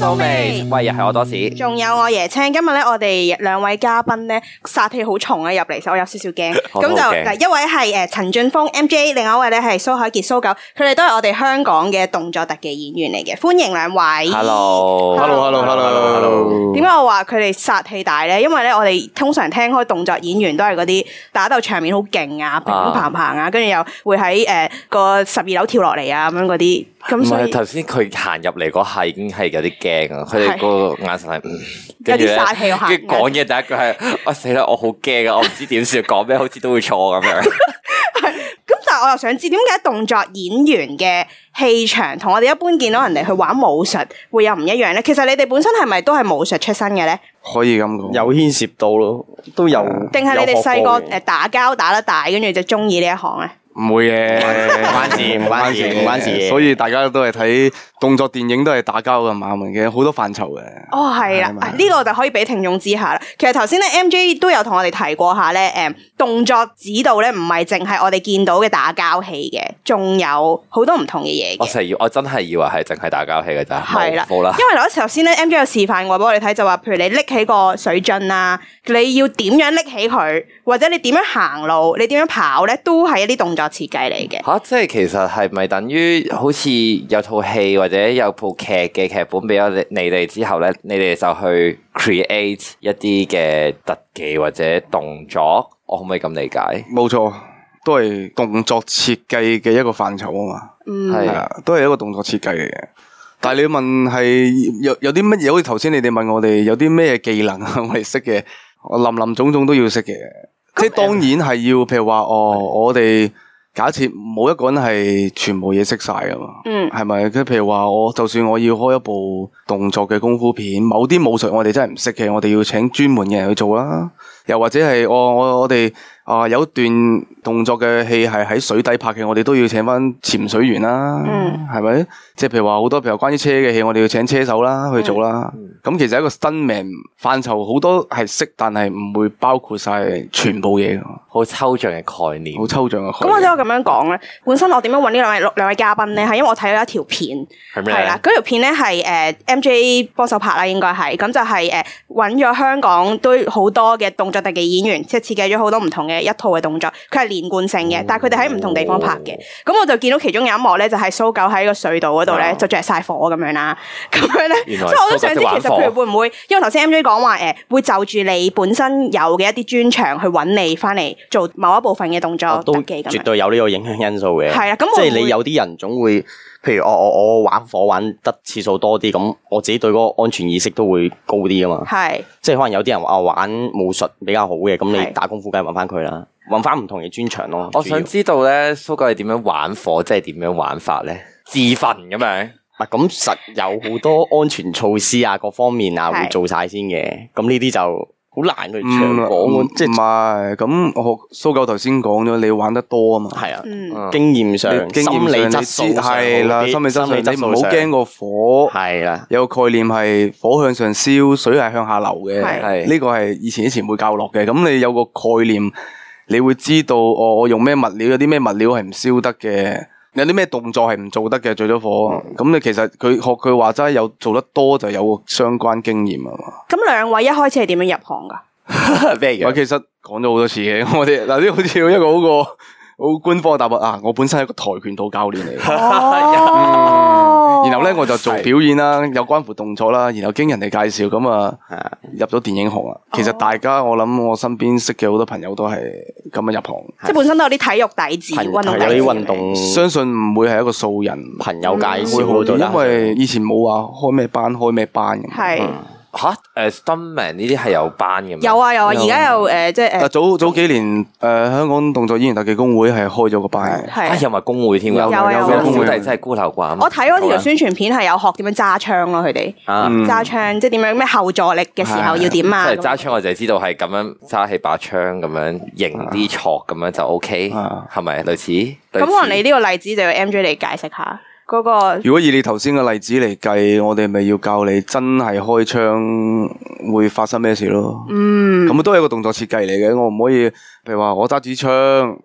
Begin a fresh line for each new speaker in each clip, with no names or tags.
蘇眉，喂，又係我多士。
仲有我椰青，今日咧我哋兩位嘉賓咧殺氣好重啊入嚟，所以我有少少驚。
我
咁
都好
就
驚
嗱，一位係誒陳俊峰 M J，另外一位咧係蘇海傑蘇九，佢哋都係我哋香港嘅動作特技演員嚟嘅，歡迎兩位。
Hello，
Hello，hello，hello，hello
點解我話佢哋殺氣大咧？因為咧，我哋通常聽開動作演員都係嗰啲打鬥場面好勁啊，乒
啊
乒乓乓啊，跟住又會喺誒個十二樓跳落嚟啊咁樣嗰啲。
唔
咁所
係
以
頭先佢行入嚟嗰下已經係有啲驚啊！佢哋嗰個眼神係嗯，跟住
有啲
咧
殺氣我行
跟住講嘢第一句係： 我死啦！我好驚啊！我唔知點算，講咩好似都會錯咁 樣。
咁，但係我又想知點解動作演員嘅氣場同我哋一般見到人哋去玩武術會有唔一樣咧？其實你哋本身係咪都係武術出身嘅咧？
可以咁講，
有牽涉到咯，都有。
啊定係你哋
有學過啊
細個
嘅
誒打交打得大，跟住就中意呢一行咧？
唔會嘅，唔
關事唔關事唔關事嘅
所以大家都係睇動作電影都係打交嘅馬文嘅，好多範疇嘅。
哦，係啦，
係咪
啊呢、個就可以俾聽眾知下啦。其實頭先咧，M J 都有同我哋提過下咧，誒、動作指導咧，唔係淨係我哋見到嘅打交戲嘅，仲有好多唔同嘅嘢
我
嘅。
成日以我真係以為係淨係打交戲嘅咋，
係啦
冇冇啦。
因為嗱，頭先咧，M J 有示範過俾我哋睇，就話譬如你拎起個水樽啦，你要點樣拎起佢，或者你點樣行路，你點樣跑咧，都係一啲動作設計嚟嘅。
吓、即係其實係咪等於好似有套戲或者有部劇嘅劇本俾咗你你哋之後咧，你哋就去 create 一啲嘅特技或者動作，我可唔可以咁理解？
冇錯，都係動作設計嘅一個範疇啊嘛。
係
嗯
係啊，都係一個動作設計嚟嘅。但係你問係有有啲乜嘢？好似頭先你哋問我哋有啲咩技能啊， 我哋識嘅，我林林總總都要識嘅。即係當然係要，譬如話哦，我哋假設冇一個人係全部嘢識晒噶嘛，
嗯
係咪？即係譬如話我，就算我要開一部動作嘅功夫片，某啲武術我哋真係唔識嘅，我哋要請專門嘅人去做啦。又或者係我我我哋啊、有段動作嘅戲係喺水底拍嘅，我哋都要請翻潛水員啦，
嗯
係咪、即係譬如話好多譬如關於車嘅戲，我哋要請車手啦
嗯
去做啦。咁、其實一個新命範疇好多係識，但係唔會包括晒全部嘢㗎，
好抽象嘅概念
好。抽象嘅概
咁或
念。
者我咁樣講咧，本身我點樣揾呢兩位兩位嘉賓咧，係因為我睇咗一條片。
係咩
係啦
咧，？
嗰條片咧係誒 MJ 幫手拍啦，應該係咁就係誒揾咗香港都好多嘅動作特技演員，即係設計咗好多唔同嘅一套嘅動作，佢係連貫性
哦
嘅，但係佢哋喺唔同地方拍嘅。咁我就見到其中有一幕咧，就係蘇九喺個隧道嗰度咧
啊
就着晒火咁樣啦，咁樣咧，
原
所
來
以我都想知
蘇九識玩
其實佢
火
會唔會，因為頭先 MJ 講話誒會就住你本身有嘅一啲專長去揾你翻嚟做某一部分嘅動作
我啊
哦
都
特技咁
絕
樣。
對有呢個影響因素嘅。
係啦啊咁
即
會唔會
係你有啲人總會，譬如我我我玩火玩得次數多啲，咁我自己對嗰個安全意識都會高啲噶嘛。
係
即係可能有啲人話啊玩武術比較好嘅，咁
係哦
你打功夫梗係揾翻佢啦，揾翻唔同嘅專長咯。
我
主要
想知道咧，蘇格係點樣玩火，即係點樣玩法咧？自焚咁樣，
嗱，咁實有好多安全措施啊，各方面啊
係
會做晒先嘅。咁呢啲就好難
嗯
去長
唔
講，
唔
即
唔係
係
咁，我蘇九頭先講咗，你玩得多啊嘛。
係啊，
嗯
嗯
經驗上、
你經
心
驗
理
上
質素上好
係啦，
啲
心理質素上你唔好驚個火。
係啦，
有個概念係火向上燒，水係向下流嘅。
係
係
呢個係以前以前會教落嘅。咁你有個概念，你會知道哦，我用咩物料，有啲咩物料係唔燒得嘅，有啲咩動作係唔做得嘅，最咗火。
嗯
咁你其實佢學佢話齋有做得多就有個相關經驗啊嘛。
咁兩位一開始係點樣入行㗎？
咩
喂，
樣？
其實講咗好多次嘅， 我哋嗱呢好似有一個好個好官方嘅答案啊！我本身係一個跆拳道教練嚟嘅。
哦
然後咧，我就做表演啦，有關乎動作啦，然後經人哋介紹咁啊，
啊
入咗電影行啊。其實大家我諗我身邊識嘅好多朋友都係咁樣入行，
即係本身都有啲體育底子、
朋
運動底
有
子。
啲運動
相信唔會係一個素人，
朋友嗯介
嗯會
紹啊
好
嗰度
啲，
啦
因為以前冇話開咩班開咩班咁。
係
嗯
吓，誒，stuntman 呢啲係有班嘅咩？
有啊有啊，而家有誒即係
啊，
誒
早早幾年誒香港動作演員特技工會係開咗個班嘅。
啊，
呃係。
有埋工會添㗎，
有
有有有
小
工會
弟真係孤陋寡聞。
我睇嗰條
好啦啊
宣傳片係有學點樣揸槍咯，佢哋
啊，
嗯
揸槍即係點樣咩後座力嘅時候要點啊？
即係
咁
揸槍，我就係知道係咁樣揸起把槍咁樣型啲戳咁樣就 O K，
啊
係咪類似？
咁可能你
呢
呢個例子就要 M J 嚟解釋下嗰個
如果以你頭先嘅例子嚟計，我哋咪要教你真係開
嗯
槍會發生咩事咯。嗯，咁都係一個動作設計嚟嘅，我唔可以譬如話我揸支槍、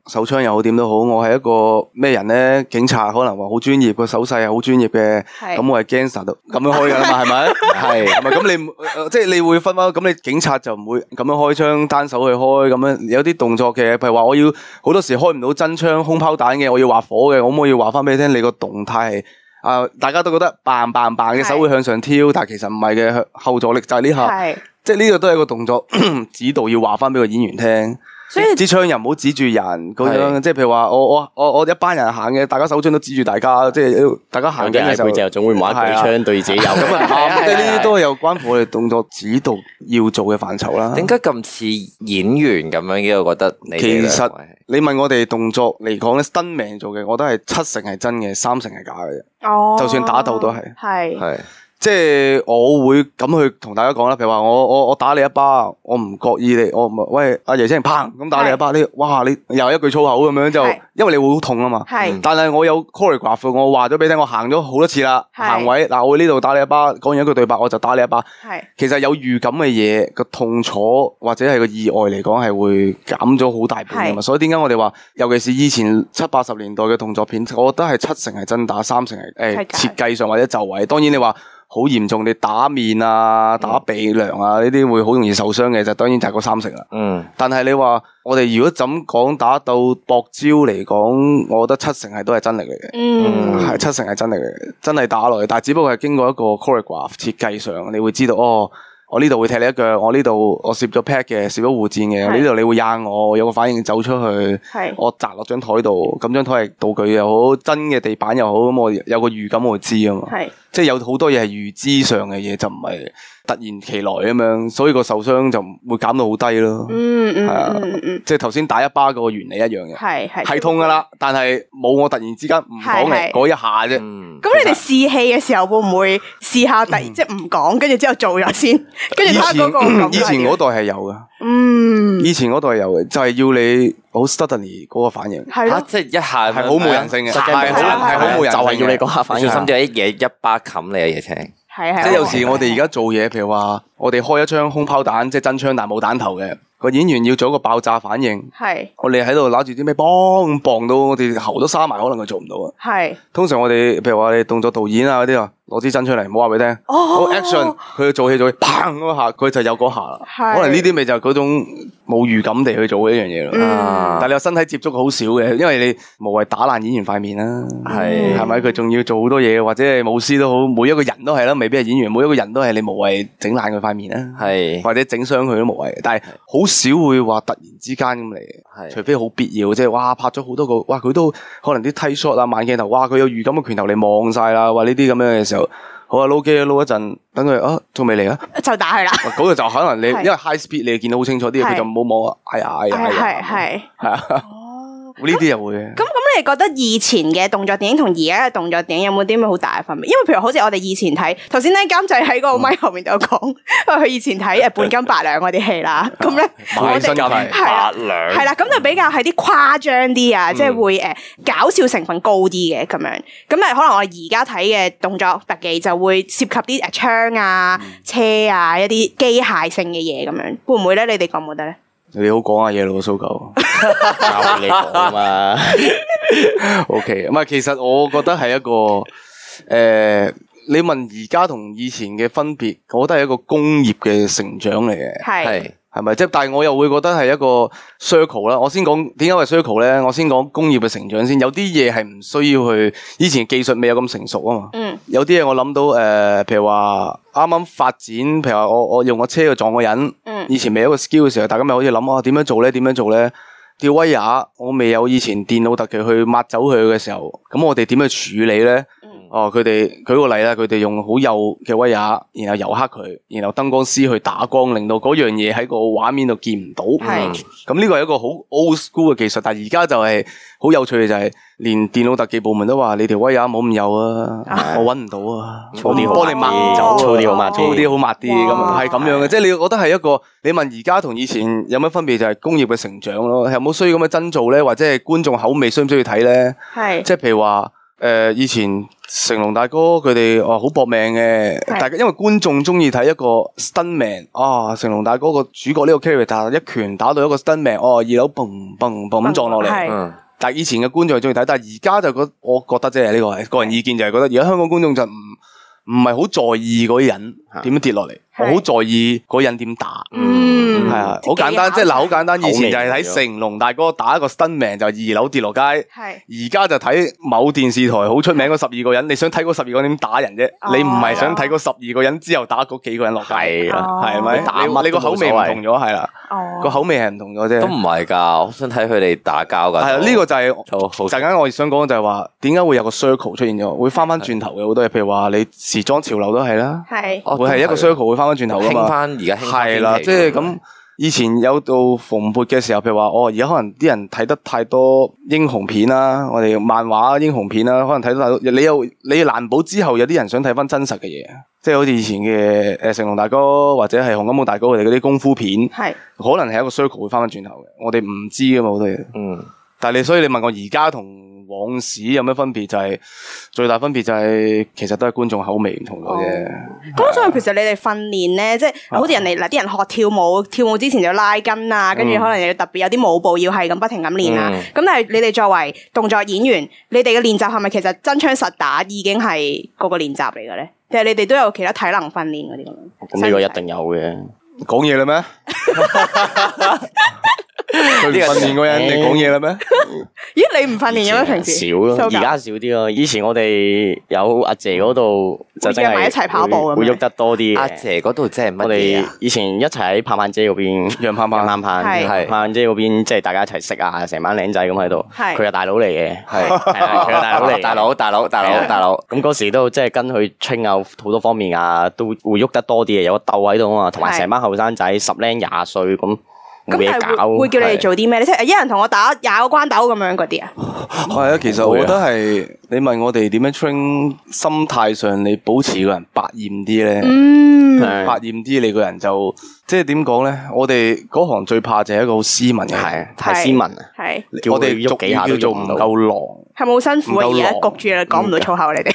手槍又好點都好，我係一個咩人咧？警察可能話好專業，個手勢係好專業嘅，
係
咁我係 gangster 度咁樣開㗎啦嘛，係 咪？
係
係咪咁你唔呃即係你會分翻，咁你警察就唔會咁樣開槍單手去開，咁樣有啲動作嘅，譬如話我要好多時開唔到真槍空炮彈嘅，我要畫火嘅，可唔可以話翻俾你聽？你個動態係啊、大家都覺得 bang bang bang 嘅手
係
會向上挑，但係其實唔係嘅，向後座力就係呢下，
係，
即係呢個都係一個動作嗯指導要話翻俾個演員聽。
所以
支槍又唔好指住人咁樣，
係
即係譬如話我我我我一班人行嘅，大家手槍都指住大家，即係大家行
行
緊
嘅
嘅
係
時候
背。脊，總會冇一
係啊
舉槍對自己 有。
咁啊，
係啊
啱即係呢
係啊
啲都係有關乎我哋動作指導要做嘅範疇啦。
點解咁似演員咁樣嘅？我覺得你哋兩位
其實你問我哋動作嚟講咧，真命做嘅，我覺得係七成係真嘅，三成係假嘅啫。
哦，
就算打鬥都係
係
係
即係我會咁去同大家講啦，譬如話我我我打你一巴，我唔覺意你，我唔喂阿爺青砰咁打你一巴，你哇你又係一句粗口咁樣就
係，
因為你會好痛啊嘛。
係
但係我有 choreograph，我話咗俾你聽，我行咗好多次啦，
係
行位嗱，我呢度打你一巴，講完一句對白我就打你一巴。
係
其實有預感嘅嘢個痛楚或者係個意外嚟講係會減咗好大半㗎嘛，
係
所以點解我哋話，尤其是以前七八十年代嘅動作片，我覺得係七成係真打，三成
係
係誒
假
設計上或者就位。當然你話好嚴重，你打面啊、
嗯
打鼻梁啊呢啲會好容易受傷嘅，就當然就係嗰三成啦。
嗯
但係你話我哋如果就咁講打到搏招嚟講，我覺得七成係都係真力嚟嘅。
嗯
係七成係真嚟嘅，真係打落去，但係只不過係經過一個 choreograph 設計上，你會知道哦，我呢度會踢你一腳，我呢度我攝咗 pat 嘅，攝咗護墊嘅，
係
呢度你會掗我，我有個反應走出去，
係
我擲落張台度，咁張台係道具又好，真嘅地板又好，咁我有個預感我會知啊嘛，
係
即係有好多嘢係預知上嘅嘢，就唔係突然其來咁樣，所以個受傷就會減到好低咯。
嗯嗯
係啊
嗯嗯嗯
即係頭先打一巴嗰個原理一樣嘅，
係係
係痛噶。啦，但係冇我突然之間唔講
係係
嘅嗰一下啫。
嗯，
咁你哋試戲嘅時候會唔會試下第即係唔講，跟住之後做咗 先，跟
以
住睇下
前
嗰個感
嗯以
覺係
前
點
嗰代係有噶，
嗯
以前嗰代係有嘅，就係要你好 suddenly 嗰個反應，
係
嚇
咯
即係一下
係好冇人性嘅，
失
係
驚無神
好
係
係好冇人性
就
嘅
係要你嗰下反
唔
應
小。心就一嘢一巴冚你啊！嘢青，
係係。
即係有時我哋而家做嘢，譬如話我哋開一槍空炮彈，即係真槍但冇彈頭嘅，個演員要做一個爆炸反應。
係
我哋喺度揦住啲咩，砰磅到我哋喉都沙埋，可能佢做唔到啊。
係
通常我哋譬如話我哋動作導演啊嗰啲啊，攞支真槍嚟，唔好話俾你聽。好
哦
action，佢做戲做戲，砰嗰下，佢就有嗰下啦。
係
可能呢啲咪就係嗰種冇預感地去做嘅一樣嘢咯。啊
嗯
但係你有身體接觸好少嘅，因為你無謂打爛演員塊面啦，
嗯
係
係咪？佢仲要做好多嘢，或者係舞獅都好，每一個人都係啦，未必係演員，每一個人都係你無謂整爛佢塊面
嗯
啦，
係
或者整傷佢都無謂。但係好少會話突然之間咁嚟嘅。除
係
非好必要，即係哇拍咗好多個，哇佢都可能啲 T shot 啊、慢鏡頭，哇佢有預感嘅拳頭你望晒啦，哇呢啲咁樣嘅時候，好啊撈機啊撈一陣，等佢啊仲未嚟啊，
就打佢啦。
哇嗰個就可能你
係
因為 high speed 你見到好清楚啲嘢，
係
佢就唔好望啊，哎呀哎呀
係
哎
係
呀，
係。
係啊，
哦。
呢啲又會嘅
咁。咁，你哋覺得以前嘅動作電影同而家嘅動作電影有冇啲咩好大嘅分別？因為譬如好似我哋以前睇，頭先咧監製喺個咪後面都有講， 因為佢以前睇誒半斤八兩嗰啲戲啦，咁咧
買
我
身
哋係
契
啊啦。
八兩
系啦，咁就比較係啲誇張啲啊，即係會诶、搞笑成分高啲嘅咁樣。咁啊，可能我而家睇嘅動作特技就會涉及啲诶槍啊、車啊一啲機械性嘅嘢咁樣，會唔會咧？你哋覺唔覺得咧？
你好講下嘢咯，蘇 狗。
教你講啊 嘛，
O K，唔係，其實我覺得係一個诶、呃你問而家同以前嘅分別，我覺得係一個工業嘅成長嚟嘅。
係啊
係
係咪？即係，但係我又會覺得係一個 circle 啦。我先講點解為 circle 咧？我先講工業嘅成長先。有啲嘢係唔需要去，以前技術未有咁成熟啊嘛。
嗯
有啲嘢我諗到誒、呃譬如話啱啱發展，譬如話我我用個車去撞個人，
嗯
以前未有一個 skill 嘅時候，大家咪好似諗啊點樣做咧？點樣做咧？吊威亞，我未有以前電腦特技去抹走佢嘅時候，咁我哋點去處理咧？哦，佢哋舉個例啦，佢哋用好幼嘅威亞，然後油黑佢，然後燈光師去打光，令到嗰樣嘢喺個畫面度見唔到。
係
咁呢個係一個好 old school 嘅技術，但係而家就係好有趣嘅就係、連電腦特技部門都話：你條威亞冇咁幼啊，我揾唔到啊，
粗啲好
幫你抹
啲
走啊
粗啲好抹
粗啲好抹啲咁樣，
哇
係咁樣嘅。即係你覺得係一個，你問而家同以前有乜分別？就係工業嘅成長咯，有冇需要咁嘅增造咧，或者係觀眾口味需唔需要睇咧？
係
即係譬如話诶以前成龍大哥佢哋哦好搏命嘅，
係
大家因為觀眾中意睇一個 stuntman 啊，成龍大哥個主角呢個 character 一拳打到一個 stuntman，哦二樓砰砰砰咁撞落嚟。
係啊
嗯，
但系以前嘅觀眾係中意睇，但系而家就覺我覺得啫，呢個係個人意見就係覺得而家香港觀眾就唔唔係好在意嗰啲人點樣跌落嚟，我
係
好在意嗰人點打。
嗯
係啊，好簡單，即係嗱，好簡單。以前就係睇成龍大哥打一個 stuntman 就二樓跌落街，而
係
家就睇某電視台好出名嗰十二個人，你想睇嗰十二個人點打人啫？
哦
你唔係想睇嗰十二個人之後打嗰幾個人落街，
係啦，
係
哦
打乜
咪？
都
你你個口味唔
冇所謂
同咗，係啦，
哦
個口味係唔同咗啫。
都唔係㗎，我想睇佢哋打交㗎。
係啊，呢個就係
好好
陣間我想講就係話，點解會有個 circle 出現咗？會翻翻轉頭嘅好多嘢，譬如話你時裝潮流都係啦，
係
哦
會係一個 circle 會翻翻轉頭噶
興
嘛。
翻而家興返
係啦，
天
即
氣
係
㗎嘛
咁。以前有到蓬勃嘅時候，譬如話哦，而家可能啲人睇得太多英雄片啦，我哋漫畫英雄片啦，可能睇得太多。你又你難保之後有啲人想睇翻真實嘅嘢，即係好似以前嘅誒成龍大哥或者係洪金寶大哥佢哋嗰啲功夫片，
係
可能係一個 circle 會翻翻轉頭嘅。我哋唔知噶嘛好多嘢。
嗯，
但係你所以你問我而家同往時有咩分別？就係最大分別就係其實都係觀眾口味唔同咗啫。
哦
咁我想問，其實你哋訓練咧，即係
啊
好似人哋嗱啲人學跳舞，跳舞之前就拉筋
嗯
啊，跟住可能又要特別有啲舞步要係咁不停咁練啊。
嗯
咁但係你哋作為動作演員，你哋嘅練習係咪其實真槍實打已經係嗰個練習嚟嘅咧？定係你哋都有其他體能訓練嗰啲咁樣？
咁呢個一定有嘅。
講嘢啦 咩？佢唔訓練嗰人，你講嘢啦咩？
咦，你唔訓練嘅咩？平時
啊少咯，而家少啲咯。以前我哋有阿姐嗰度就真
會約埋
係
一齊跑步咁樣
會會喐得多啲嘅。
阿姐嗰度即係乜
我
嘢
哋
啊？
以前一齊喺盼盼姐嗰邊，
楊盼盼
盼盼
係
係
盼盼姐嗰邊，即係大家一齊識啊，成班僆仔咁喺度。
係
佢係大佬嚟嘅，
係
係啊佢係 大佬嚟嘅，
大佬，大佬，大
係
佬，
啊
大佬。
咁嗰時都即係跟佢 train 啊，好多方面啊，都會喐得多啲嘅，有個竇喺度啊嘛，同埋
係
成班後生仔十零廿歲咁，冇
咁
嘢
但係
搞
會會叫你哋
係
做啲咩咧？即係一人同我打廿個關鬥咁樣嗰啲啊？
係啊，其實我覺得係你問我哋點樣 train 心態上，你保持個人百厭啲咧。
嗯，
係
百厭啲，你個人就即係點講咧？我哋嗰行最怕就係一個好斯文嘅人，
係太斯文啊，
係
叫佢
我哋
喐
俗
幾
語
下
叫
都
做
喐
唔
唔到
夠狼，
係咪好辛苦啊？
唔夠
而家
狼
焗住啊，講
嗯
唔到粗口啊你 哋。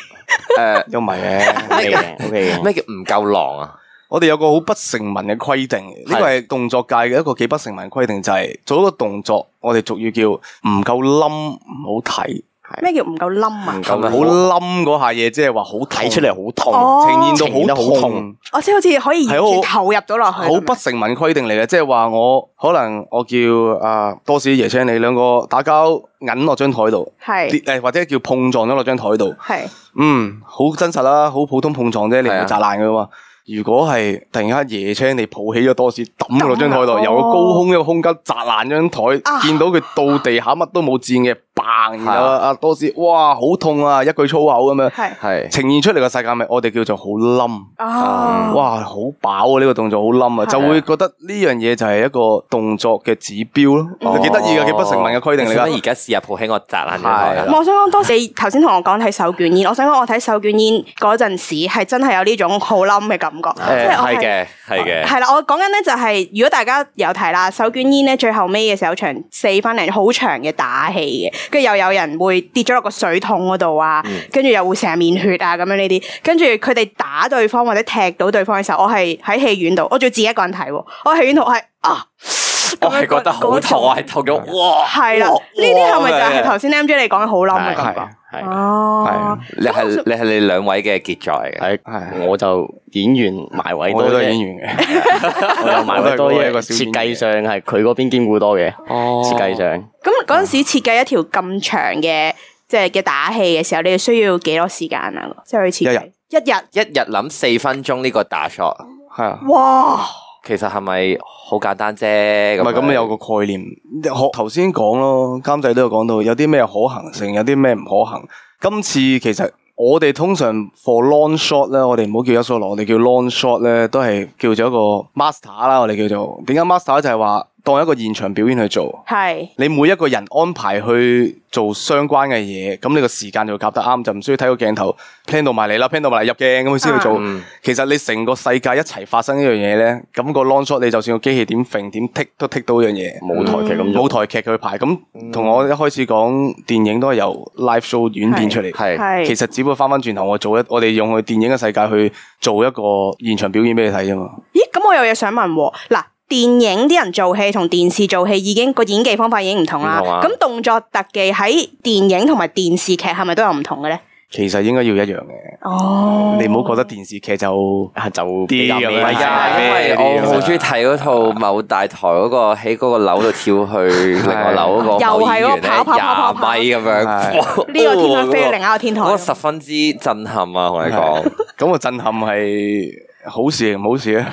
誒，
又唔係嘅。
，OK 嘅，OK 嘅。
咩叫唔夠狼啊？
我哋有個好不成文嘅規定，呢個係動作界嘅一個幾不成文嘅規定，就係、做一個動作，我哋俗語叫唔夠冧，唔好睇，
咩叫唔夠冧啊？
係咪好冧嗰下嘢，即係話好睇
睇出嚟好痛，
哦
呈
呈現
現到
得好
好
痛
痛，
我哦即係好似可以
係好
完全投入到落去咁樣。
好不成文規定嚟嘅，即係話我可能我叫啊多士爺青你兩個打交銀落張台度，跌
係
誒或者叫碰撞咗落張台度，
係
嗯，好真實啦，好普通碰撞啫，你唔
係啊
會砸爛佢嘛。如果係突然間夜青你抱起咗多士抌佢落張台
抌
度，
啊
由個高空一個空間砸爛張
啊
台，見到佢到地下乜都冇濺嘅，bang！然後
係
阿多士，哇，好痛啊！一句粗口咁樣，
係
係
呈現出嚟個世界咪我哋叫做好冧，
啊！
哇，好飽啊！呢個動作好冧啊，
係
就會覺得呢樣嘢就係一個動作嘅指標
哦
咯，幾得意嘅，幾不成文嘅規定嚟
使乜而
㗎。
家試下抱起我砸爛佢
係
唔係我想講當時你頭先同我講睇手捲煙，我想講我睇手捲煙嗰陣時係真係有呢種好冧嘅感覺，即
誒，
係我
係。嘅，係嘅。
係啦，我講緊咧就係、如果大家有睇啦，手捲煙咧最後尾嘅時候有場四分零好長嘅打戲嘅，跟住又有人會跌咗落個水桶嗰度啊，
嗯
跟住又會成面血啊咁樣呢啲，跟住佢哋打對方或者踢到對方嘅時候，我係喺戲院度，我仲要自己一個人睇喎，我喺戲院度我係啊，
我係覺得好痛，我係痛咗，哇！
係啦，呢
哇
啲係咪
哇
就係頭先 M J 你講嘅好冧嘅感
係
覺？
係
哦，
你係啊你係你兩位嘅傑作嚟嘅，
係係，
係
我就演員埋位
我
多
哋都係
啫
演，員嘅，
我又埋位多
我都係
啫
一個。小演
設
員哦
計上係佢嗰邊兼顧多嘅， 設計上
咁嗰陣時設計一條咁長嘅即係嘅打戲嘅時候，你哋需要幾多時間啊？即係去設計一日，
一日諗四分鐘呢個打 shot，
係啊。
哇！
其實係咪好簡單啫？咁
唔係咁
樣
有個概念，學頭先講咯，監製都有講到有啲咩可行性，有啲咩唔可行。今次其實我哋通常 for long shot 咧，我哋唔好叫一 shot 我哋叫 long shot 咧，都係叫做一個 master 啦，我哋叫做點解 master 就係話當一個現場表演去做。
係
你每一個人安排去做相關嘅嘢，咁你個時間就夾得啱，就唔需要睇個鏡頭 plan 到埋你啦，plan 到埋嚟入鏡咁先去做。
啊
嗯
其實你成個世界一齊發生一樣嘢咧，咁、個 long shot 你就算個機器點揈點剔都剔到一樣嘢。嗯
舞台劇咁嗯
舞
樣，
台劇佢排咁，同我一開始講電影都係由 live show 演變出嚟。
係
係，
其實只不過翻翻轉頭，我做一我哋用去電影嘅世界去做一個現場表演俾你睇啫嘛。
咦，咁我有嘢想問喎，嗱。電影啲人做戲同電視做戲已經個演技方法已經唔同啦，
唔同啊
咁、動作特技喺電影同埋電視劇係咪都有唔同嘅咧？
其實應該要一樣嘅，
哦，
你唔好覺得電視劇就
係就比較
啲咁
咩
樣
係啊，因為我好中意睇嗰套某大台嗰個喺嗰個樓度跳去另外樓嗰個
又係嗰個跑跑跑跑跑
某演員咧廿米咁樣，
呢個天
哇
空飛去另一個天台啊
嗰個十分之震撼啊！同你講，
咁個震撼係好事定唔好事啊？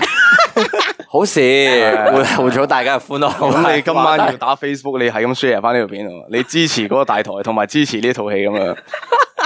好事會好咗大家嘅歡樂。
咁你今晚
哇
要打 Facebook，你係咁 share 翻呢條片喎，你支持嗰個大台，同埋支持呢套戲咁樣，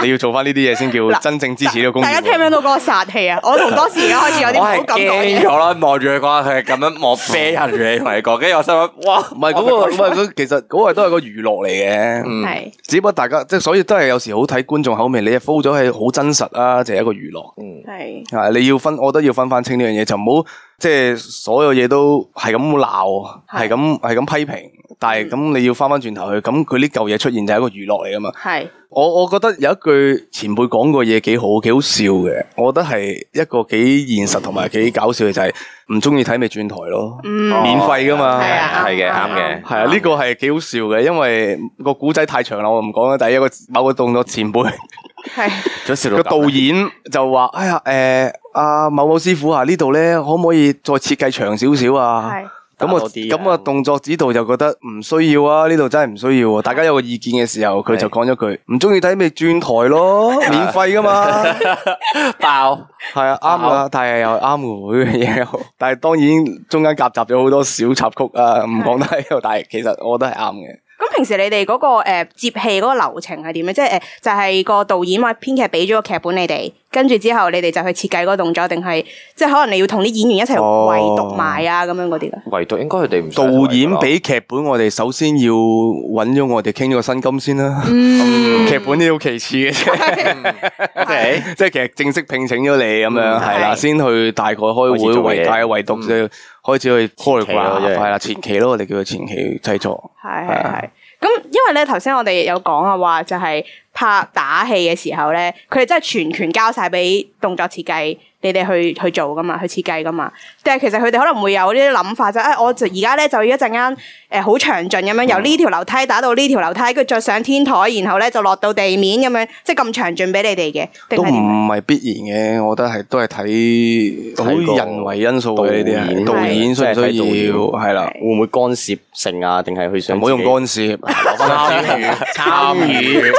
你要做翻呢啲嘢先叫
嗱
真正支持呢個工業
大
喎。
家聽唔聽到嗰個殺氣啊？我同多時而家開始有啲唔
我
好
係
咁講
驚
嘢。
咗啦，望住佢講，佢係咁樣望啤人嚟同你講，跟住我心諗，哇，
唔係嗰個，唔係嗰，其實嗰個都係個娛樂嚟嘅。
嗯
係
只不過大家即係所以都係有時好睇觀眾口味，你係 f 咗係好真實啊，就係一個娛樂。
係
啊！你要分，我覺得要分翻清呢樣嘢，就唔好即係所有嘢都係咁鬧，
係嗯
係咁係咁批評。但係咁你要翻翻轉頭去，咁佢呢嚿嘢出現就係一個娛樂嚟噶嘛。
係
我我覺得有一句前輩講過嘢幾好，幾好笑嘅。我覺得係一個幾現實同埋幾搞笑嘅，就係唔中意睇咪轉台咯，
嗯
免費噶嘛。
係啊
係嘅，
啱
啱嘅。
係啊，呢個係幾好笑嘅，因為個古仔太長啦，我唔講啦。第一個某個動作前輩。
係
早笑到咁
個導演就話：哎呀，诶、啊某某師傅啊，呢度咧可唔可以再設計長少少啊？
係
咁我
打多啲啊
咁啊，動作指導就覺得唔需要啊，呢度真係唔需要啊。大家有個意見嘅時候，佢就講咗句：唔中意睇咪轉台咯，免費噶嘛。
爆，
係啊，啱啊，但係又啱嘅喎呢樣嘢又。但係當然中間夾雜咗好多小插曲啊，唔講得喺度。但係其實我覺得係啱嘅。
咁平時你哋嗰個誒接戲嗰個流程係點咧？即係誒呃就係個導演或者編劇俾咗個劇本你哋，跟住之後你哋就去設計嗰個動作，定係即係可能你要同啲演員一齊
哦
圍讀埋啊咁樣嗰啲嘅。
唯獨應該佢哋唔想
導演
圍讀
俾劇本我哋，首先要揾咗我哋傾咗個薪金先啦。
嗯
劇本呢好其次嘅啫。
，OK，
即係其實正式聘請咗你咁樣
嗯
係啦，
係
先去大概開
開始做
會
嘢
圍大圍讀，就開始去 p r o
期咯
g
即係
係啦，前期咯，我哋叫佢前期製作。
係係係。咁因為咧頭先我哋有講啊話就係拍打戲嘅時候咧，佢哋真係全權交晒俾動作設計你哋去去做噶嘛，去設計噶嘛。但係其實佢哋可能會有呢啲諗法就係啊、我就而家咧就要一陣間誒好詳盡咁樣由呢條樓梯打到呢條樓梯，跟住再上天台，然後咧就落到地面咁樣，即係咁詳盡俾你哋嘅，定
都
係
唔
點啊樣？
係必然嘅，我覺得係都係睇
睇個
好人為因素嘅呢啲係
導
導
演
演需唔需
即係睇
要
導
係啦，
會唔會干涉性啊？定係佢想
唔好用
自己
干涉，
參與、參與、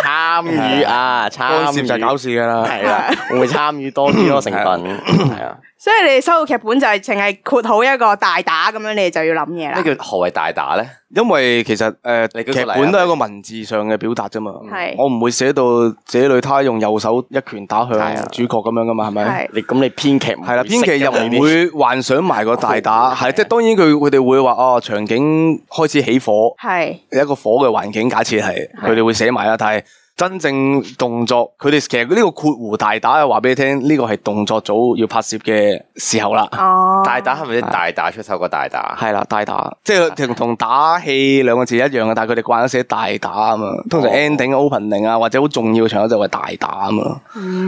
參與啊！
干
參
涉
與
就係搞事㗎啦。
係啦，會唔會參與多啲咯成分？係啊，
所以你哋收到劇本就係淨係括好一個大打咁樣，你哋就要諗嘢啦
咩。叫何為大打咧？
因為其實誒
你舉個
劇
例啊
本都係一個文字上嘅表達啫嘛
係，
我唔會寫到這裏他用右手一拳打向
係啊
主角咁樣㗎嘛，係咪？
係
你咁你編劇唔
系啦，
會
編劇
識
又
㗎嘛
唔。會幻想埋個大 打，係即系当然佢佢哋會話哦，場景開始起火，
係
有一個火嘅環境，假設係佢哋會寫埋啦。但係真正動作，佢哋其實呢個括弧大打係話俾你聽，呢個係動作組要拍攝嘅時候啦。
哦，
大打係咪啲大打出手個大打？
係啦，大打即係同同打戲兩個字一樣嘅，但係佢哋慣咗寫大打啊嘛。通常
哦
ending、opening 啊，或者好重要嘅場合就係大打啊嘛。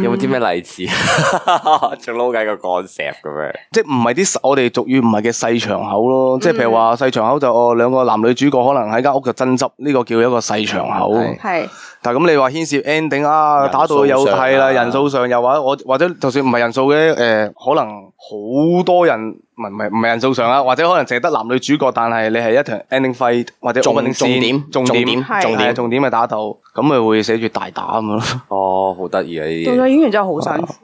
有冇啲咩例子？ 仲撈緊個 concept 咁樣。
即系唔係啲我哋俗語唔係嘅細場口
嗯
咯，即係譬如話細場口就哦兩個男女主角可能喺間屋度爭執，呢、個叫一個細場口。
係
係
但係咁你話牽涉 ending 啊，
人數
打到有
上啊
係啦，人數上又或者我或者就算唔係人數嘅，诶、可能好多人唔係唔係唔係人數上啊，或者可能淨係得男女主角，但係你係一場 ending fight 或者
重
opening
重
scene，
點
重
重點
點
係
重點重點係打鬥，咁咪會寫住大打咁樣咯。
哦，好得意啊！呢
動
啲
作演員真係好辛苦。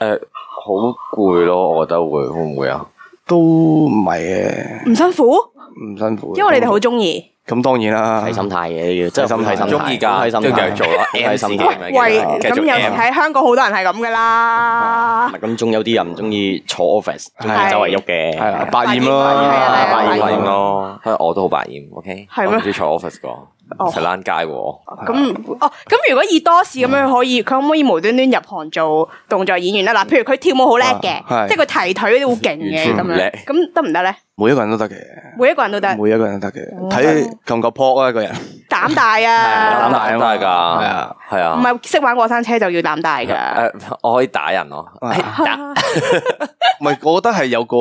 誒，好攰咯，我覺得會會唔會啊？
都唔係嘅，
唔辛苦，
唔辛苦。
因為你哋好中意。
咁當然啦，
睇心態嘅呢個，真
睇心
係
態
睇心態，
中意㗎
好睇心
中意
態
就做啦
好睇心
M
態
字。
喂，咁有時喺香港好多人係咁噶啦
唔係，咁仲有啲人唔中意坐 office，中意周圍喐嘅，
係啦，百厭咯，
係啊係啊百厭百
百厭百
厭
厭咯，所以我都好百厭，OK，
係咩哦
我唔中意坐 office 個，成躝街喎。
咁哦，咁如果以多士咁樣可
嗯
以，佢可唔可以無端端入行做動作演員咧？嗱，譬如佢跳舞好叻嘅，
係
即係佢提腿嗰啲好勁嘅咁
啊完全唔叻
樣，咁得唔得咧？
每一個人都得嘅，
每一個人都得，
每一個人都得
哦
嘅，睇夠唔夠撲啊一個人，
膽大
膽
啊，
大啊嘛，
係啊
係啊，
唔係識玩過山車就要膽大噶。
诶，我可以打人咯，
啊
哎打
唔係我覺得係有個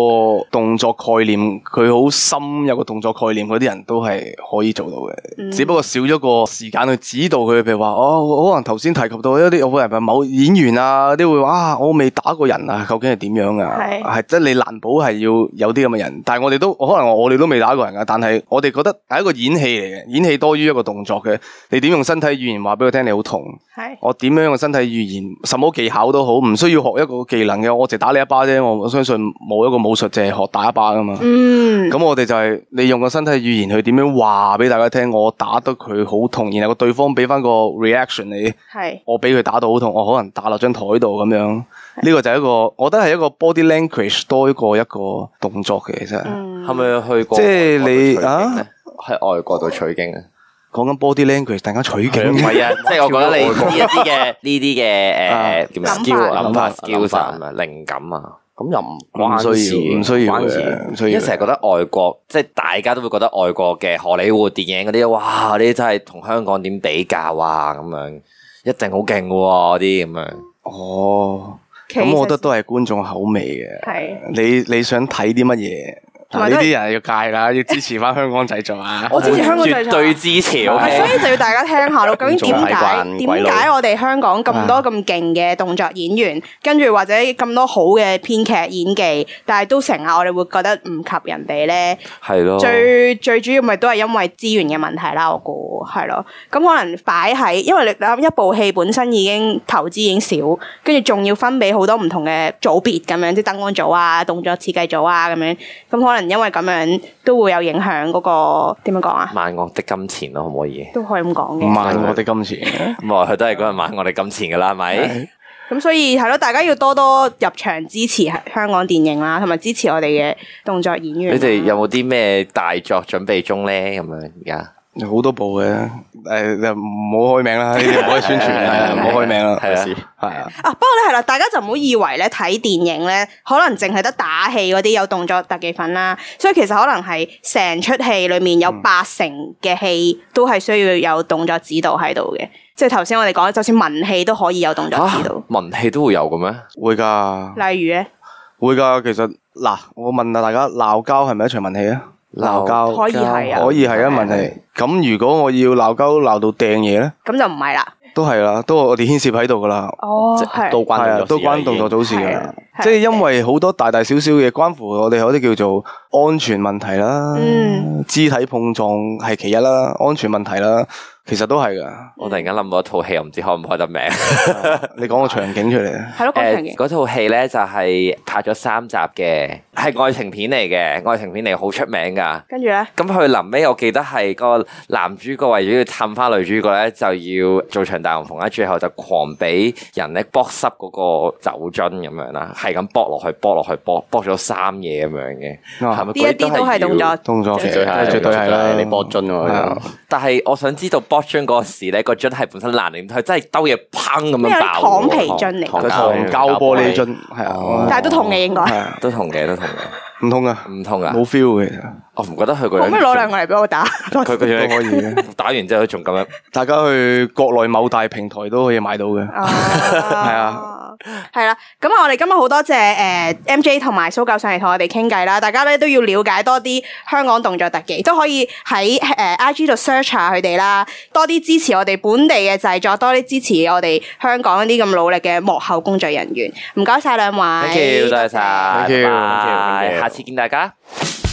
動作概念，佢好深有個動作概念嗰啲人都係可以做到嘅，只不過少咗個時間去指導佢，譬如話哦，可能頭先提及到一啲有哦個人係某演員啊，啲會話啊，我未打過人啊，究竟係點樣啊？
係
係即係你難保係要有啲咁嘅人，但係我哋都可能我哋都未打過人啊噶，但係我哋覺得係一個演戲嚟嘅，演戲多於一個動作嘅，你點用身體語言話俾佢聽你好痛？
係
我點樣用身體語言、什麼技巧都好，唔需要學一個技能嘅，我淨打你一巴啫。我我相信冇一個武術淨係學打一巴噶嘛。
嗯，
咁、我哋就係利用個身體語言去點樣話俾大家聽，我打得佢好痛，然後個對方俾翻個 reaction 你，
係
我俾佢打到好痛，我可能打落張台度咁
嗯
樣。呢個就係一個，我覺得係一個 body language 多過一個動作嘅，其實
嗯
嗯
係咪去過？
即係你啊，
喺外國度取經啊？
講緊 body language，大家取
唔
景。
係啊，即係我覺得你呢一啲嘅呢啲嘅誒
諗
點啊
法
skill 啊
諗
諗法
法諗
skills
法
啊咁啊靈感啊，
咁又唔
唔
關事
需
嘅，
要，唔需要
關事
嘅，
嘅
唔需
因
要
為。成日覺得外國即係大家都會覺得外國嘅荷里活電影嗰啲，哇！呢啲真係同香港點比較啊咁樣，一定好勁喎啲咁樣。
哦，
其
咁我覺得
實
都係觀眾口味嘅。
係
你你想睇啲乜嘢？
同埋
嗱
都
呢
係
啲人要戒啦，要支持翻香港製作啊！
我支持香港製
絕
作
對。支持
係
OK。
所以就要大家聽下 咯，究竟點
仲睇
解
慣
點
鬼佬
解我哋香港咁多咁勁嘅動作演員，跟住或者咁多好嘅編劇演技，但係都成日我哋會覺得唔及人哋咧？
係
哦
咯，
最最主要咪都係因為資源嘅問題啦，我估係咯。咁可能擺喺，因為你諗一部戲本身已經投資已經少，跟住仲要分俾好多唔同嘅組別咁樣，即係燈光組啊、動作設計組啊咁樣。咁可能因為咁樣都會有影響嗰、個點樣講啊，
萬惡的金錢咯，可唔可以？
都可以咁講
唔
嘅。
係我哋今次，
咁啊，佢都係嗰日買我哋金錢噶啦，係咪？
咁所以係咯，大家要多多入場支持香港電影啦，同埋支持我哋嘅動作演員
你
啦。
哋有冇啲咩大作準備中咧？咁樣而家
好多部嘅，誒就唔好開名啦，呢啲唔可以宣傳，
係係
係啊唔好開名啦，
係啊
係啊，
啊，不過咧係啦，大家就唔好以為咧睇電影咧，可能淨係得打戲嗰啲有動作特技粉啦，所以其實可能係成出戲裡面有八成嘅戲都係需要有動作指導喺度嘅，即係頭先我哋講，就算文戲都可以有動作指導
嚇，文戲都會有嘅
嗯
咩？
會㗎，
啊。
例如咧
會㗎。其實嗱，我問下大家，鬧交係咪一場文戲啊？鬧交
可以係啊
可以係一文
係
戲。咁如果我要鬧交鬧到掟嘢咧，
咁就唔係啦，
都係啦，都我哋牽涉喺度㗎啦。
哦
即係都關
係啊，都
動作事啦
關動作組事
係
嘅
啊，
即
係
係因為好多大大小小嘅關乎我哋有啲叫做安全問題啦，
嗯
肢體碰撞係其一啦，安全問題啦，其實都係噶
我突然間諗到一套戲，我唔知開唔開 得名。
你講個場景出嚟啊，
係咯，講場
誒
嘅，
嗰套戲咧就係拍咗三集嘅，係愛情片嚟嘅，愛情片嚟好出名㗎。
跟住咧
咁佢臨尾我記得係個男主角為咗要氹翻女主角咧，就要做場大龍鳳啦，最後就狂俾人咧剝濕嗰個酒樽咁樣啦，係咁剝落去，剝落去，剝剝咗三嘢咁樣嘅，
啊
係咪？
呢一啲都係動作
要。哦
動作
絕
嘅，
對
係
絕對係啦，
你博樽喎
係啊，
但係我想知道剝樽嗰個時咧，個樽係本身爛定佢真係兜嘢砰咁
咩有
樣
啲
爆
糖
喎？
皮樽嚟
糖
㗎，
佢糖膠玻璃樽係啊，
但係都痛嘅應該，
係啊
都同嘅，都同嘅，
唔痛噶，
唔痛啊！
冇 feel 嘅，其實
我唔覺得佢個
可唔
樣
可以攞兩個嚟俾 我打？
佢個
都可
樣
以嘅。
打完之後仲咁樣。
大家去國內某大平台都可以買到嘅。
哦啊，系啦，咁啊，我哋今日好多謝诶 M J 同埋蘇教上嚟同我哋傾偈啦，大家咧都要了解多啲香港動作特技，都可以喺诶 I G 度 search 下佢哋啦，多啲支持我哋本地嘅製作，多啲支持我哋香港呢啲咁努力嘅幕後工作人員，唔該晒兩位
Thank you，多謝晒，
Thank you，
拜拜
thank you，thank you
下次見大家。